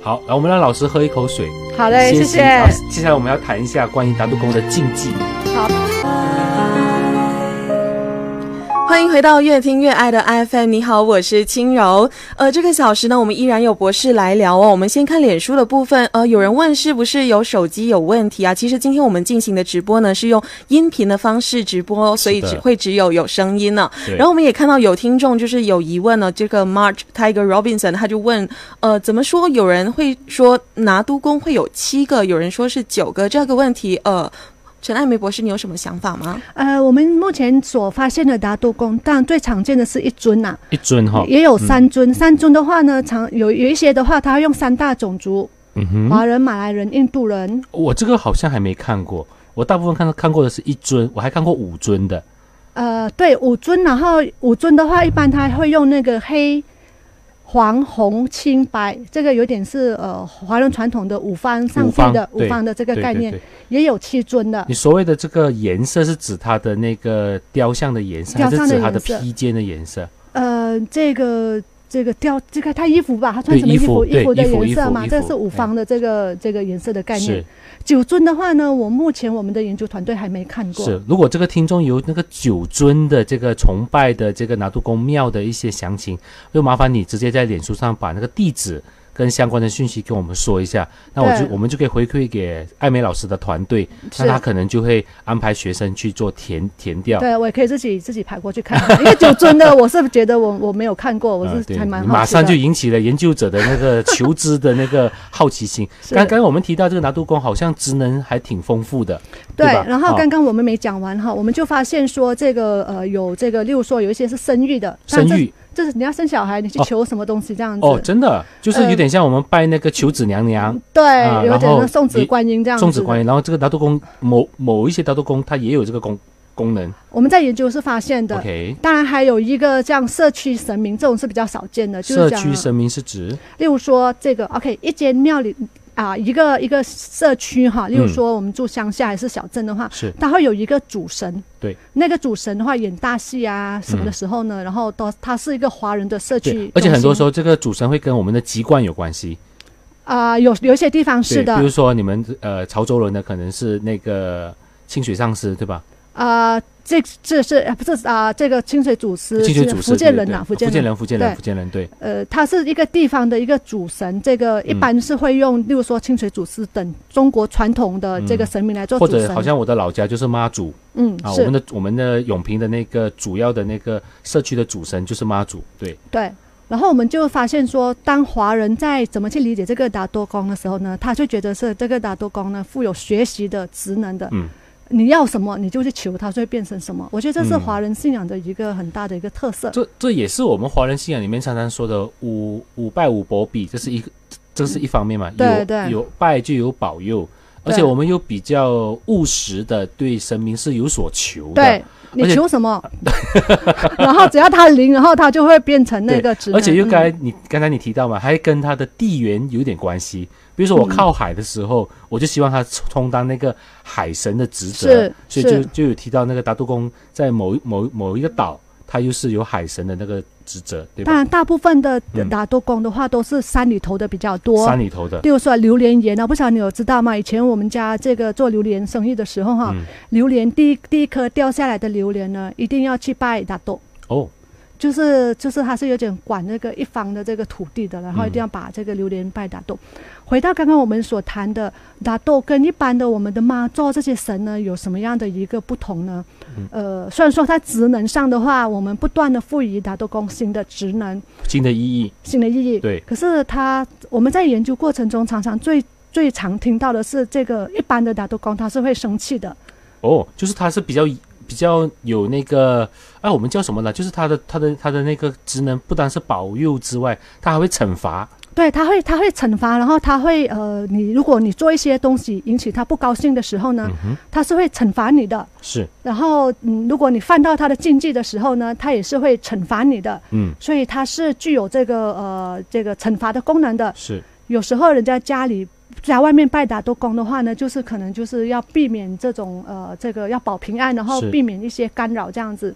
好，来，我们让老师喝一口水。好嘞，歇谢息谢。啊接下来我们要谈一下关于打赌工的禁忌。欢迎回到越听越爱的 FM，你好，我是青柔。呃，这个小时呢，我们依然有博士来聊哦。我们先看脸书的部分，呃，有人问是不是有手机有问题啊？其实今天我们进行的直播呢是用音频的方式直播，所以是的只会只有有声音呢、对然后我们也看到有听众就是有疑问呢，这个 March Tiger Robinson 他就问，呃，怎么说？有人会说拿督工会有七个，有人说是九个，这个问题，呃，陈爱梅博士，你有什么想法吗？呃，我们目前所发现的达多宫，当然最常见的是一尊呐、一尊哈，也有三嗯尊。三尊的话呢，常有有一些的话，它会用三大种族：嗯哼，华人、马来人、印度人。我这个好像还没看过，我大部分看到看过的是一尊，我还看过五尊的。呃，对，五尊。然后五尊的话，一般它会用那个黑、黄、红、青、白，这个有点是呃华人传统的五方上帝的五方对五方的这个概念，对对对，也有七尊的你。所谓的这个颜色是指它的那个雕像的颜色，还雕是像的指它的颜色披肩的颜色？呃，这个这个雕，这个他衣服吧，他穿对什么衣衣服服？对服的衣服颜衣色服嘛，衣这服是五哎方的这个这个颜色的概念是。九尊的话呢，我目前我们的研究团队还没看过。是，如果这个听众有那个九尊的这个崇拜的这个拿督公庙的一些详情，就麻烦你直接在脸书上把那个地址跟相关的讯息跟我们说一下，那我就对我们就可以回馈给艾美老师的团队，那是他可能就会安排学生去做填填掉。对，我也可以自己自己爬过去看，因为九尊的我是觉得我我没有看过，我嗯是对还蛮好奇的。马上就引起了研究者的那个求知的那个好奇 心。是刚刚我们提到这个拿督公好像职能还挺丰富的，对吧？，然后啊刚刚我们没讲完哈，我们就发现说这个呃有这个，例如说有一些是生育的，生但这育就是你要生小孩，你去哦求什么东西这样子。哦，真的就是有呃点像我们拜那个求子娘娘。对，啊有然后点像送子你观音这样子。种植观音，然后这个达督公某某一些达督公，它也有这个功功能。我们在研究是发现的。 OK，当然，还有一个像社区神明这种是比较少见的，就是社讲区，神明是指例如说这个 OK，一间庙里啊、一个一个社区嗯哈，例如说我们住乡下还是小镇的话，是它会有一个主神。对，嗯那个主神的话，演大戏啊什么的时候呢，然后都它是一个华人的社区中对心，，而且很多时候这个主神会跟我们的籍贯有关系。啊、有有一些地方是对比的如，说你们呃潮州人呢，可能是那个清水上师，对吧？啊，这这是呃不是啊、这个清水祖师，清水是祖师，福建对人对呐、福建建人，人，福建人，对福建人，对，呃，它是一个地方的一个主神，这个嗯一般是会用，例如说清水祖师等中国传统的这个神明来做或主神，者好像我的老家就是妈祖嗯啊，我是们的我们的永平的那个主要的那个社区的主神就是妈祖，对，对。然后我们就发现说，当华人在怎么去理解这个达多宫的时候呢，他就觉得是这个达多宫呢富有学习的职能的，嗯，你要什么你就去求它，就会变成什么。我觉得这是嗯华人信仰的一个很大的一个特色。这这也是我们华人信仰里面常常说的五五拜五保庇，这是一个这是一方面嘛，有对对有拜就有保佑，而对且我们又比较务实的对神明是有所求的，对而你且求 什么，然后只要它灵，然后它就会变成那对个职能。而且又嗯该你刚才你提到嘛，还跟它的地缘有点关系。比如说我靠海的时候，我就希望它充当那个海神的职责是，所以就是就有提到那个达杜公在某一某某一个岛，它又是有海神的那个职责，对当吧？然，大部分的嗯打多工的话都是山里头的比较多山。里头的，例如说榴莲盐啊，不晓得你有知道吗？以前我们家这个做榴莲生意的时候哈，嗯榴莲第一第一颗掉下来的榴莲呢，一定要去拜打多，哦，就是就是它是有点管那个一方的这个土地的，然后嗯一定要把这个榴莲拜打豆。回到刚刚我们所谈的打豆跟一般的我们的妈做这些神呢，有什么样的一个不同呢？呃，虽然说它职能上的话，我们不断的赋予打豆公新的职能，新的意义，新的意义。对可是它，我们在研究过程中常常最最常听到的是，这个一般的打斗工他是会生气的，哦，就是它是比较比较有那个，哎，我们叫什么呢？就是它的它的它的那个职能不单是保佑之外，它还会惩罚，对，他会他会惩罚，然后他会呃，你如果你做一些东西引起他不高兴的时候呢，嗯哼他是会惩罚你的。是，然后嗯，如果你犯到他的禁忌的时候呢，他也是会惩罚你的。嗯，所以它是具有这个呃这个惩罚的功能的。是，有时候人家家里在外面拜打多公的话呢，就是可能就是要避免这种呃这个要保平安，然后是避免一些干扰这样子。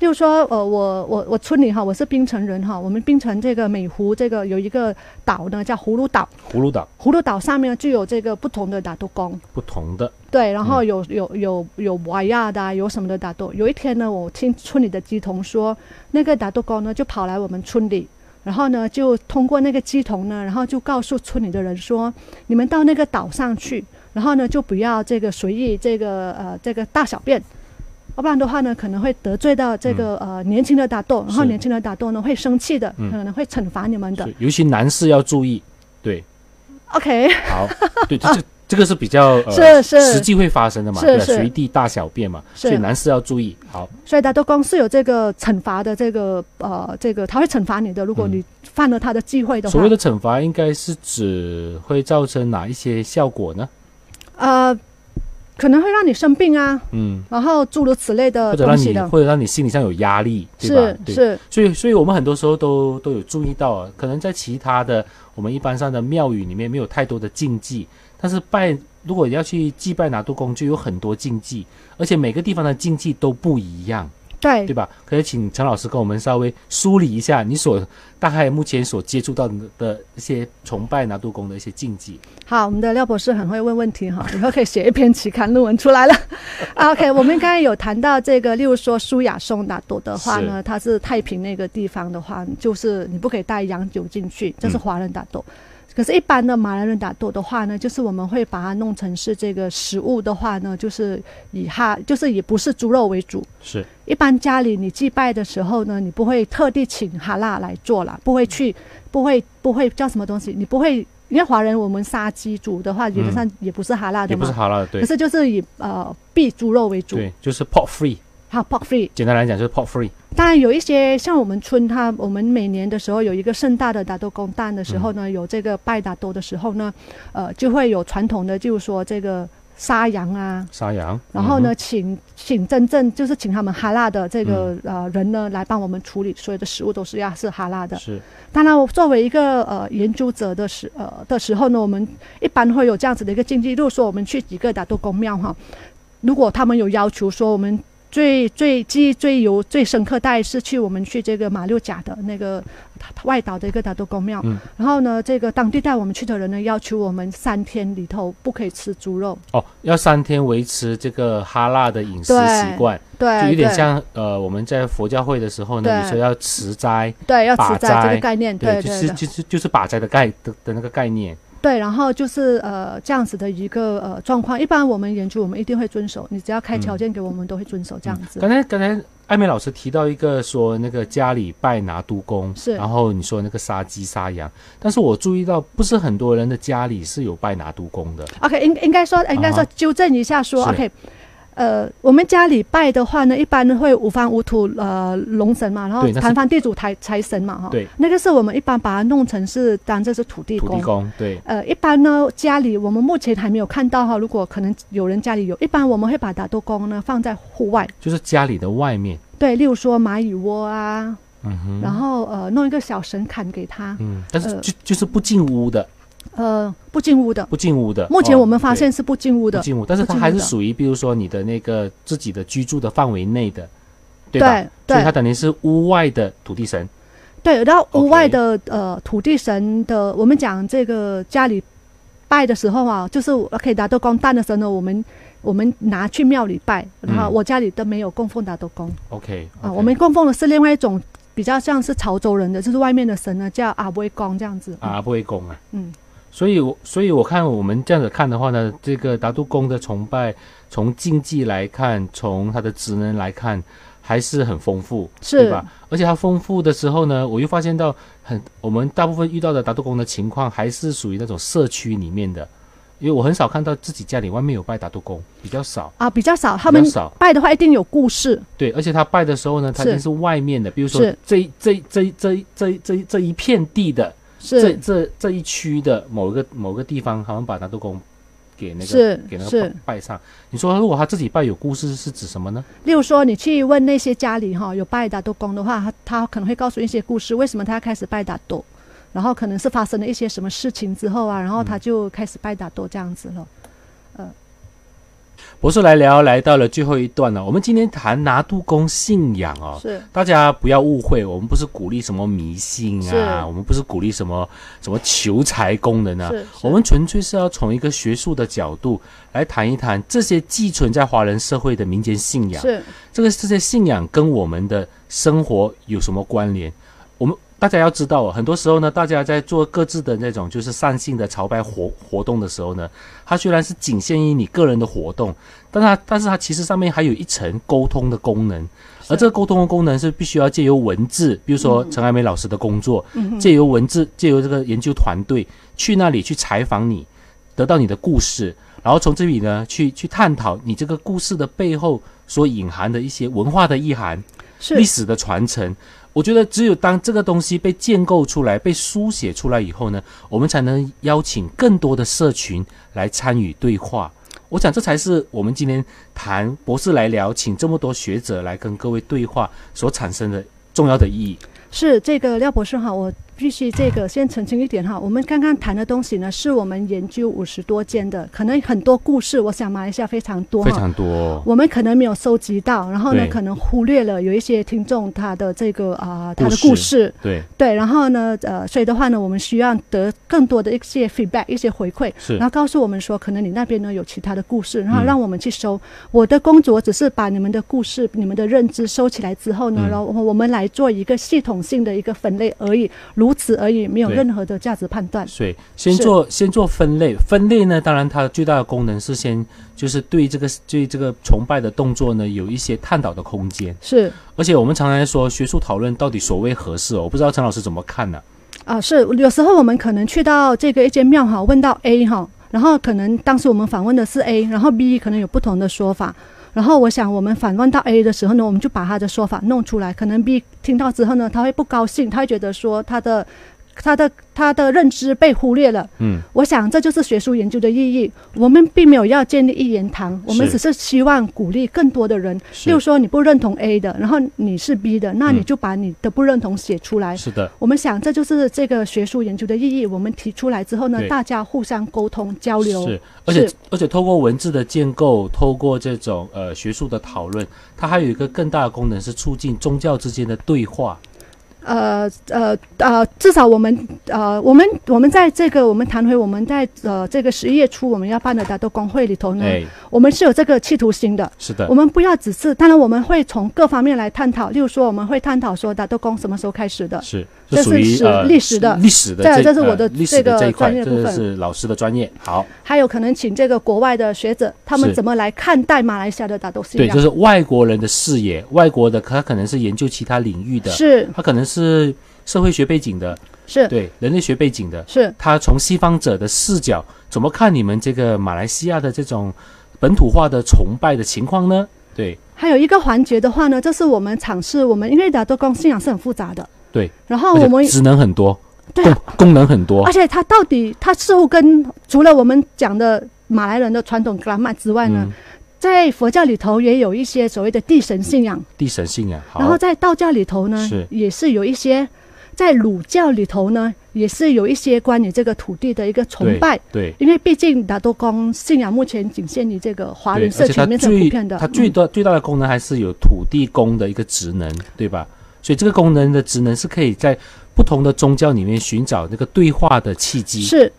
例如说呃我我我村里哈，我是槟城人哈，我们槟城这个美湖这个有一个岛呢叫葫芦岛，葫芦岛葫芦岛上面就有这个不同的打多公。不同的，对，然嗯后有有有有瓦亚的啊、有什么的打斗。有一天呢，我听村里的鸡童说，那个打斗工呢就跑来我们村里，然后呢就通过那个鸡童呢，然后就告诉村里的人说，你们到那个岛上去，然后呢就不要这个随意这个呃这个大小便。要不然的话呢，可能会得罪到这个、呃年轻的打斗，然后是年轻的打斗呢会生气的，嗯可能会惩罚你们的是。尤其男士要注意。对， OK， 好，对，这这这个是比较呃是是实际会发生的嘛，是对吧，是随地大小便嘛，是所以男士要注意。好，所以大多公是有这个惩罚的这个呃这个，他会惩罚你的，如果嗯你犯了他的忌讳的话所，谓的惩罚应该是指会造成哪一些效果呢？呃，可能会让你生病啊，嗯，然后诸如此类的或者呃东让西你的，或者让你心理上有压力，对是吧？对。是所以，所以我们很多时候都都有注意到啊，可能在其他的我们一般上的庙宇里面没有太多的禁忌，但是拜如果要去祭拜拿督公，就有很多禁忌，而且每个地方的禁忌都不一样，对对吧？可以请陈老师跟我们稍微梳理一下你所大概目前所接触到的的一些崇拜拿督公的一些禁忌。好，我们的廖博士很会问问题哈， 以后可以写一篇期刊论文出来了。 啊 OK，我们刚才有谈到这个，例如说苏雅松打朵的话呢，它是太平那个地方的话，就是你不可以带洋酒进去，这是华人打朵。可是，一般的马来人打朵的话呢，就是我们会把它弄成是这个食物的话呢，就是以哈，就是以不是猪肉为主。是一般家里你祭拜的时候呢，你不会特地请哈拉来做啦，不会嗯去，不会不会叫什么东西，你不会，因为华人我们杀鸡煮的话，原则上也不是哈拉也的不嘛，是好了，对可是就是以呃避猪肉为主，对，就是 pork free，还有 pork free。简单来讲就是 pork free。当然有一些像我们村它，我们每年的时候有一个盛大的打斗公诞的时候嗯呢，有这个拜打斗的时候呢，呃，就会有传统的，就是说这个杀羊啊，杀羊，然后嗯呢，请请真正就是请他们哈拉的这个、嗯呃人呢来帮我们处理所有的食物都是要是哈拉哼？的。是当然，我作为一个呃研究者的时呃的时候呢，我们一般会有这样子的一个禁忌。例如说，我们去几个打斗公庙哈，如果他们有要求说我们。最最记忆最有最深刻，大概是去我们去这个马六甲的那个外岛的一个打斗公庙，嗯然后呢，这个当地带我们去的人呢，要求我们三天里头不可以吃猪肉，哦，要三天维持这个哈拉的饮食对习惯，对，就有点哎对像呃我们在佛教会的时候呢，对你说要持斋，对，要把吃斋这斋个概念，对就对是对就是就是把斋的概的的那个概念，对，然后就是呃这样子的一个呃状况，一般我们研究我们一定会遵守，你只要开条件给我们都会遵守这样子。刚才刚才艾美老师提到一个说那个家里拜拿督公，是然后你说那个杀鸡杀羊，但是我注意到不是很多人的家里是有拜拿督公的， OK，应应该说应该啊说哈纠正一下说是 OK。呃，我们家里拜的话呢，一般会五方五土呃龙神嘛，然后对那是坛方地主财财神嘛哈，对，那个是我们一般把它弄成是当这是土地土公地，公对，呃，一般呢，家里我们目前还没有看到哈。如果可能有人家里有，一般我们会把打斗公呢放在户外，就是家里的外面，对，例如说蚂蚁窝啊，嗯哼，然后呃弄一个小绳砍给他，嗯，但是呃就就是不进屋的，呃不进屋的。不进屋的。目前哦我们发对现是不进屋的不，进屋，但是不它进还屋是的属于，比如说你的那个自己的居住的范围内的，对吧？对所以它对等于是屋外的土地神，对。然后 OK 屋外的呃土地神的，我们讲这个家里拜的时候啊，就是可以打斗公蛋的时候呢，我们我们拿去庙里拜，然后嗯我家里都没有供奉打斗公。 OK，, 啊，我们供奉的是另外一种比较像是潮州人的，就是外面的神呢，叫阿威公这样子。啊不会供啊，嗯，所以我所以我看我们这样子看的话呢，这个达杜公的崇拜，从竞技来看，从它的职能来看，还是很丰富，对是吧？而且它丰富的时候呢，我又发现到很我们大部分遇到的达杜公的情况，还是属于那种社区里面的。因为我很少看到自己家里外面有拜达杜公，比较少，啊，比较少，他比们较少。拜的话一定有故事。对，而且他拜的时候呢，他一是定是外面的，比如说是这一这一这一这一这一这一这一片地的，这是这这一区的某一个某个地方，好像把达多公给那个是给那个是拜拜上。你说如果他自己拜有故事是指什么呢？例如说，你去问那些家里哈有拜达多公的话，他他可能会告诉你一些故事，为什么他要开始拜达多，然后可能是发生了一些什么事情之后啊，然后嗯他就开始拜达多这样子了。博士来聊来到了最后一段了，我们今天谈拿督公信仰哦，是大家不要误会，我们不是鼓励什么迷信啊，是我们不是鼓励什么什么求财功能啊，是，我们纯粹是要从一个学术的角度来谈一谈这些寄存在华人社会的民间信仰。是这个这些信仰跟我们的生活有什么关联？我们大家要知道，啊很多时候呢，大家在做各自的那种就是善性的朝拜活活动的时候呢，它虽然是仅限于你个人的活动，但它但是它其实上面还有一层沟通的功能，而这个沟通的功能是必须要借由文字，比如说陈爱梅老师的工作，借由文字，借由这个研究团队去那里去采访你，得到你的故事，然后从这里呢去去探讨你这个故事的背后所隐含的一些文化的意涵、是历史的传承。我觉得只有当这个东西被建构出来、被书写出来以后呢，我们才能邀请更多的社群来参与对话。我想这才是我们今天谈博士来聊，请这么多学者来跟各位对话所产生的重要的意义。是这个廖博士哈，我必须这个先澄清一点哈，我们刚刚谈的东西呢，是我们研究五十多间的，可能很多故事，我想马来西亚非常多非哈。常多哦、我们可能没有收集到，然后呢对，可能忽略了有一些听众他的这个啊、他的故故事事，对，对，然后呢，呃，所以的话呢，我们需要得更多的一些 feedback，一些回馈，是然后告诉我们说，可能你那边呢有其他的故事，然后嗯让我们去收。我的工作只是把你们的故事、你们的认知收起来之后呢，嗯然后我们来做一个系统性的一个分类而已，如此而已，没有对任何的价值判断。所以先是做先做分类，分类呢，当然它最大的功能是先就是对这个对这个崇拜的动作呢有一些探讨的空间。是而且我们常常说学术讨论到底所谓何事哦，我不知道陈老师怎么看呢、啊，是有时候我们可能去到这个一间庙哈，问到 A 哈，然后可能当时我们访问的是 A，然后 B 可能有不同的说法。然后我想，我们反问到 A 的时候呢，我们就把他的说法弄出来。可能 B 听到之后呢，他会不高兴，他会觉得说他的、他的、他的认知被忽略了。嗯，我想这就是学术研究的意义。我们并没有要建立一言堂，我们是只是希望鼓励更多的人。是例如说，你不认同 A 的，然后你是 B 的，那你嗯就把你的不认同写出来。是的，我们想，这就是这个学术研究的意义。我们提出来之后呢对，大家互相沟通交流。是，而且是而且透过文字的建构，透过这种呃学术的讨论，它还有一个更大的功能是促进宗教之间的对话。呃呃呃，至少我们呃，我们我们在这个我们谈回我们在呃这个十一月初我们要办的达多工会里头呢，哎，我们是有这个企图心的。是的嗯我，们不要只是，当然我们会从各方面来探讨，例如说我们会探讨说达多工什么时候开始的，是，这属于是呃历史的历史的对这这是我呃的历史这的个这一块，专业部这分是老师的专业。好，还有可能请这个国外的学者他们是怎么来看待马来西亚的达多信对，就仰，是外国人的视野，外国的他可能是研究其他领域的，是他可能是社会学背景的，是对，人类学背景的，是他从西方者的视角怎么看你们这个马来西亚的这种本土化的崇拜的情况呢？对，还有一个环节的话呢，这是我们尝试我们因为达多公信仰是很复杂的，对。然后我而们且职能很多，对功啊，功能很多而，且它到底它似乎跟除了我们讲的马来人的传统 g r a m a 之外呢，嗯，在佛教里头也有一些所谓的地神信仰，地神信仰，好啊然，后在道教里头呢是也是有一些，在儒教里头呢也是有一些关于这个土地的一个崇对拜。对。因为毕竟达多公信仰目前仅限于这个华对，人社而且群它啊里面是很最普遍的，它最嗯大最大的功能还是有土地公的一个职能，对吧？所以这个功能的职能是可以在不同的宗教里面寻找那个对话的契机。是，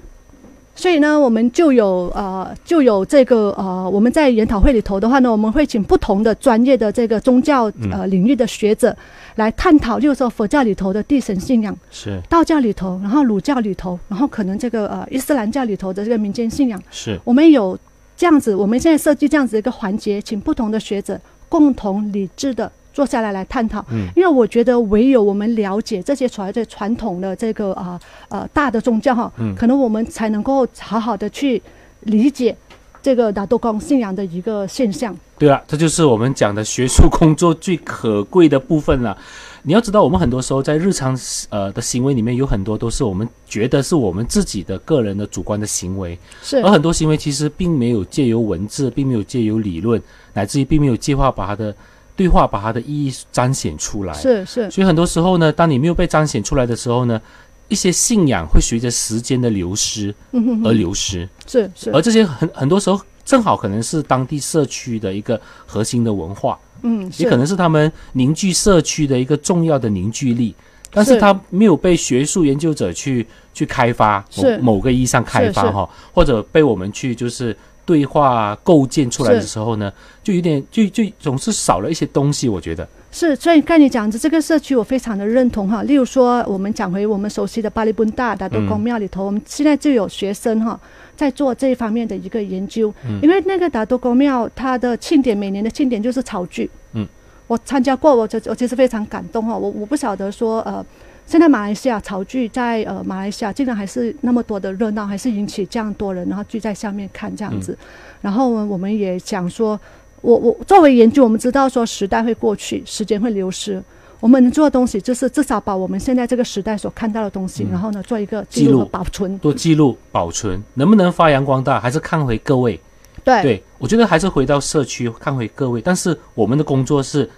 所以呢，我们就有呃，就有这个呃，我们在研讨会里头的话呢，我们会请不同的专业的这个宗教呃领域的学者来探讨，就是说佛教里头的地神信仰、是道教里头，然后儒教里头，然后可能这个呃伊斯兰教里头的这个民间信仰，是我们有这样子，我们现在设计这样子一个环节，请不同的学者共同理智的坐下来来探讨。嗯因为我觉得唯有我们了解这些所谓的传统的这个啊呃大的宗教哈，嗯可能我们才能够好好的去理解这个达多公信仰的一个现象。啊对了，这就是我们讲的学术工作最可贵的部分了。你要知道，我们很多时候在日常呃的行为里面，有很多都是我们觉得是我们自己的个人的主观的行为，是而很多行为其实并没有借由文字，并没有借由理论，乃至于并没有计划把它的对话把它的意义彰显出来。是是所以很多时候呢，当你没有被彰显出来的时候呢，一些信仰会随着时间的流失而流失，嗯是是而，这些很很多时候正好可能是当地社区的一个核心的文化，嗯，是也可能是他们凝聚社区的一个重要的凝聚力。但是是它没有被学术研究者去去开发，是某某个意义上开发是是哈，或者被我们去就是对话构建出来的是时候呢，就有点就就总是少了一些东西，我觉得是，所以看你讲的这个社区，我非常的认同哈。例如说，我们讲回我们熟悉的巴厘bunta 达多公庙里头，我们现在就有学生哈在做这一方面的一个研究，因为那个达多公庙它的庆典每年的庆典就是草剧，嗯，我参加过，我就我其实非常感动哈。啊我我不晓得说呃，现在马来西亚草剧在呃马来西亚竟然还是那么多的热闹，还是引起这样多人然后聚在下面看这样子，然后我们我们也想说。我我作为研究，我们知道说时代会过去，时间会流失。我们能做的东西就是至少把我们现在这个时代所看到的东西，然后呢做一个记记录录和保存。多记录保存，能不能发扬光大，还是看回各位。对对我觉得还是回到社区，看回各位。但是我们的工作是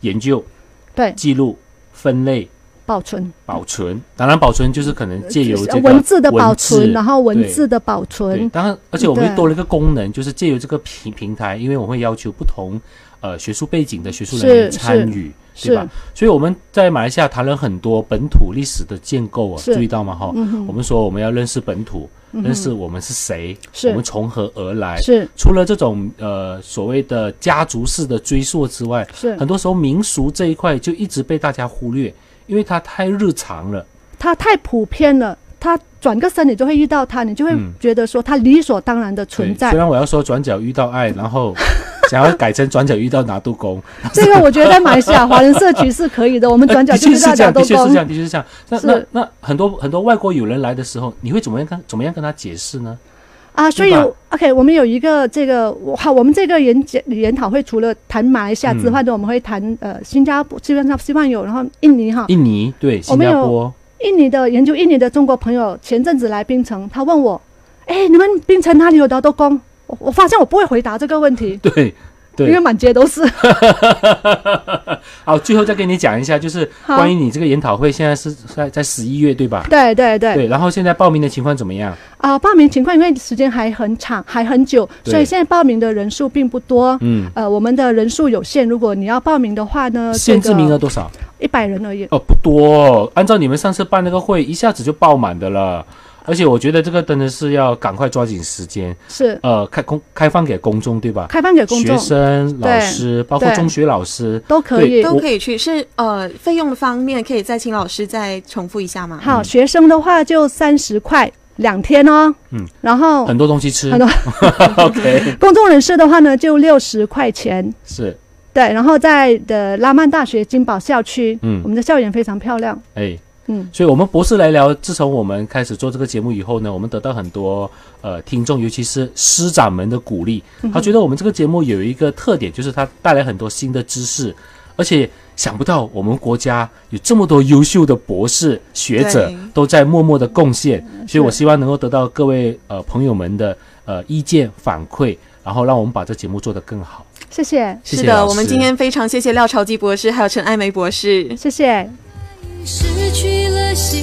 研究、对记录、分类、保存保存。当然，保存就是可能借由就是这个文字的保文存，字然后文对字的保对，存。当然，而且我们对又多了一个功能，就是借由这个平平台，因为我会要求不同呃学术背景的学术人员是参与，是对吧？所以我们在马来西亚谈了很多本土历史的建构啊，是嗯注意到吗？哈、我们说我们要认识本土，认识我们是谁，是我们从何而来。是除了这种呃所谓的家族式的追溯之外，是很，多时候民俗这一块就一直被大家忽略，因为它太日常了。它太普遍了，它转个身你就会遇到它，你就会嗯觉得说它理所当然的对存在虽。然我要说转角遇到爱，然后 想要改成转角遇到拿督公，这个我觉得在马来西亚华人社区是可以的，我们呃 转角的就确遇到是这角样，斗的确是公这。样，的确是这样。那那是那很多很多外国友人来的时候，你会怎么样跟怎么样跟他解释呢？啊，所以对吧 OK，我们有一个这个我好，我们这个研检研讨会除了谈马来西亚嗯之外呢，我们会谈呃新加坡、希望希望有，然后印尼哈，印尼对我新们加有坡，印尼的研究印尼的中国朋友前阵子来槟城，他问我，哎，你们槟城哪里有劳多工？我我发现我不会回答这个问题，对因为对。满街都是。好，最后再跟你讲一下，就是好关于你这个研讨会，现在是在在十一月对吧？对对对，对，然后现在报名的情况怎么样？啊、报名情况因为时间还很长，还很久，对所以现在报名的人数并不多。嗯，呃，我们的人数有限，如果你要报名的话呢，限制名额多少？一百人而已。哦，不多哦、按照你们上次办那个会，一下子就爆满的了。而且我觉得这个真的是要赶快抓紧时间，是呃，开公开放给公众，对吧？开放给公学众生、老对师，包括对中学老师，都可以对。都可以去。是呃，费用方面可以再请老师再重复一下吗？好，学生的话就三十块两天哦。嗯，然后很多东西吃。很多 OK，公众人士的话呢，就六十块钱。是，对，然后在的拉曼大学金宝校区，嗯我们的校园非常漂亮。哎，嗯，所以我们博士来聊，自从我们开始做这个节目以后呢，我们得到很多呃听众，尤其是师长们的鼓励，嗯他觉得我们这个节目有一个特点，就是它带来很多新的知识，而且想不到我们国家有这么多优秀的博士学者对嗯都在默默的贡献，所以我希望能够得到各位呃朋友们的呃意见反馈，然后让我们把这节目做得更好。谢谢，谢是谢的，老我们师今天非常谢谢廖朝基博士还有陈爱梅博士。谢谢。失去了。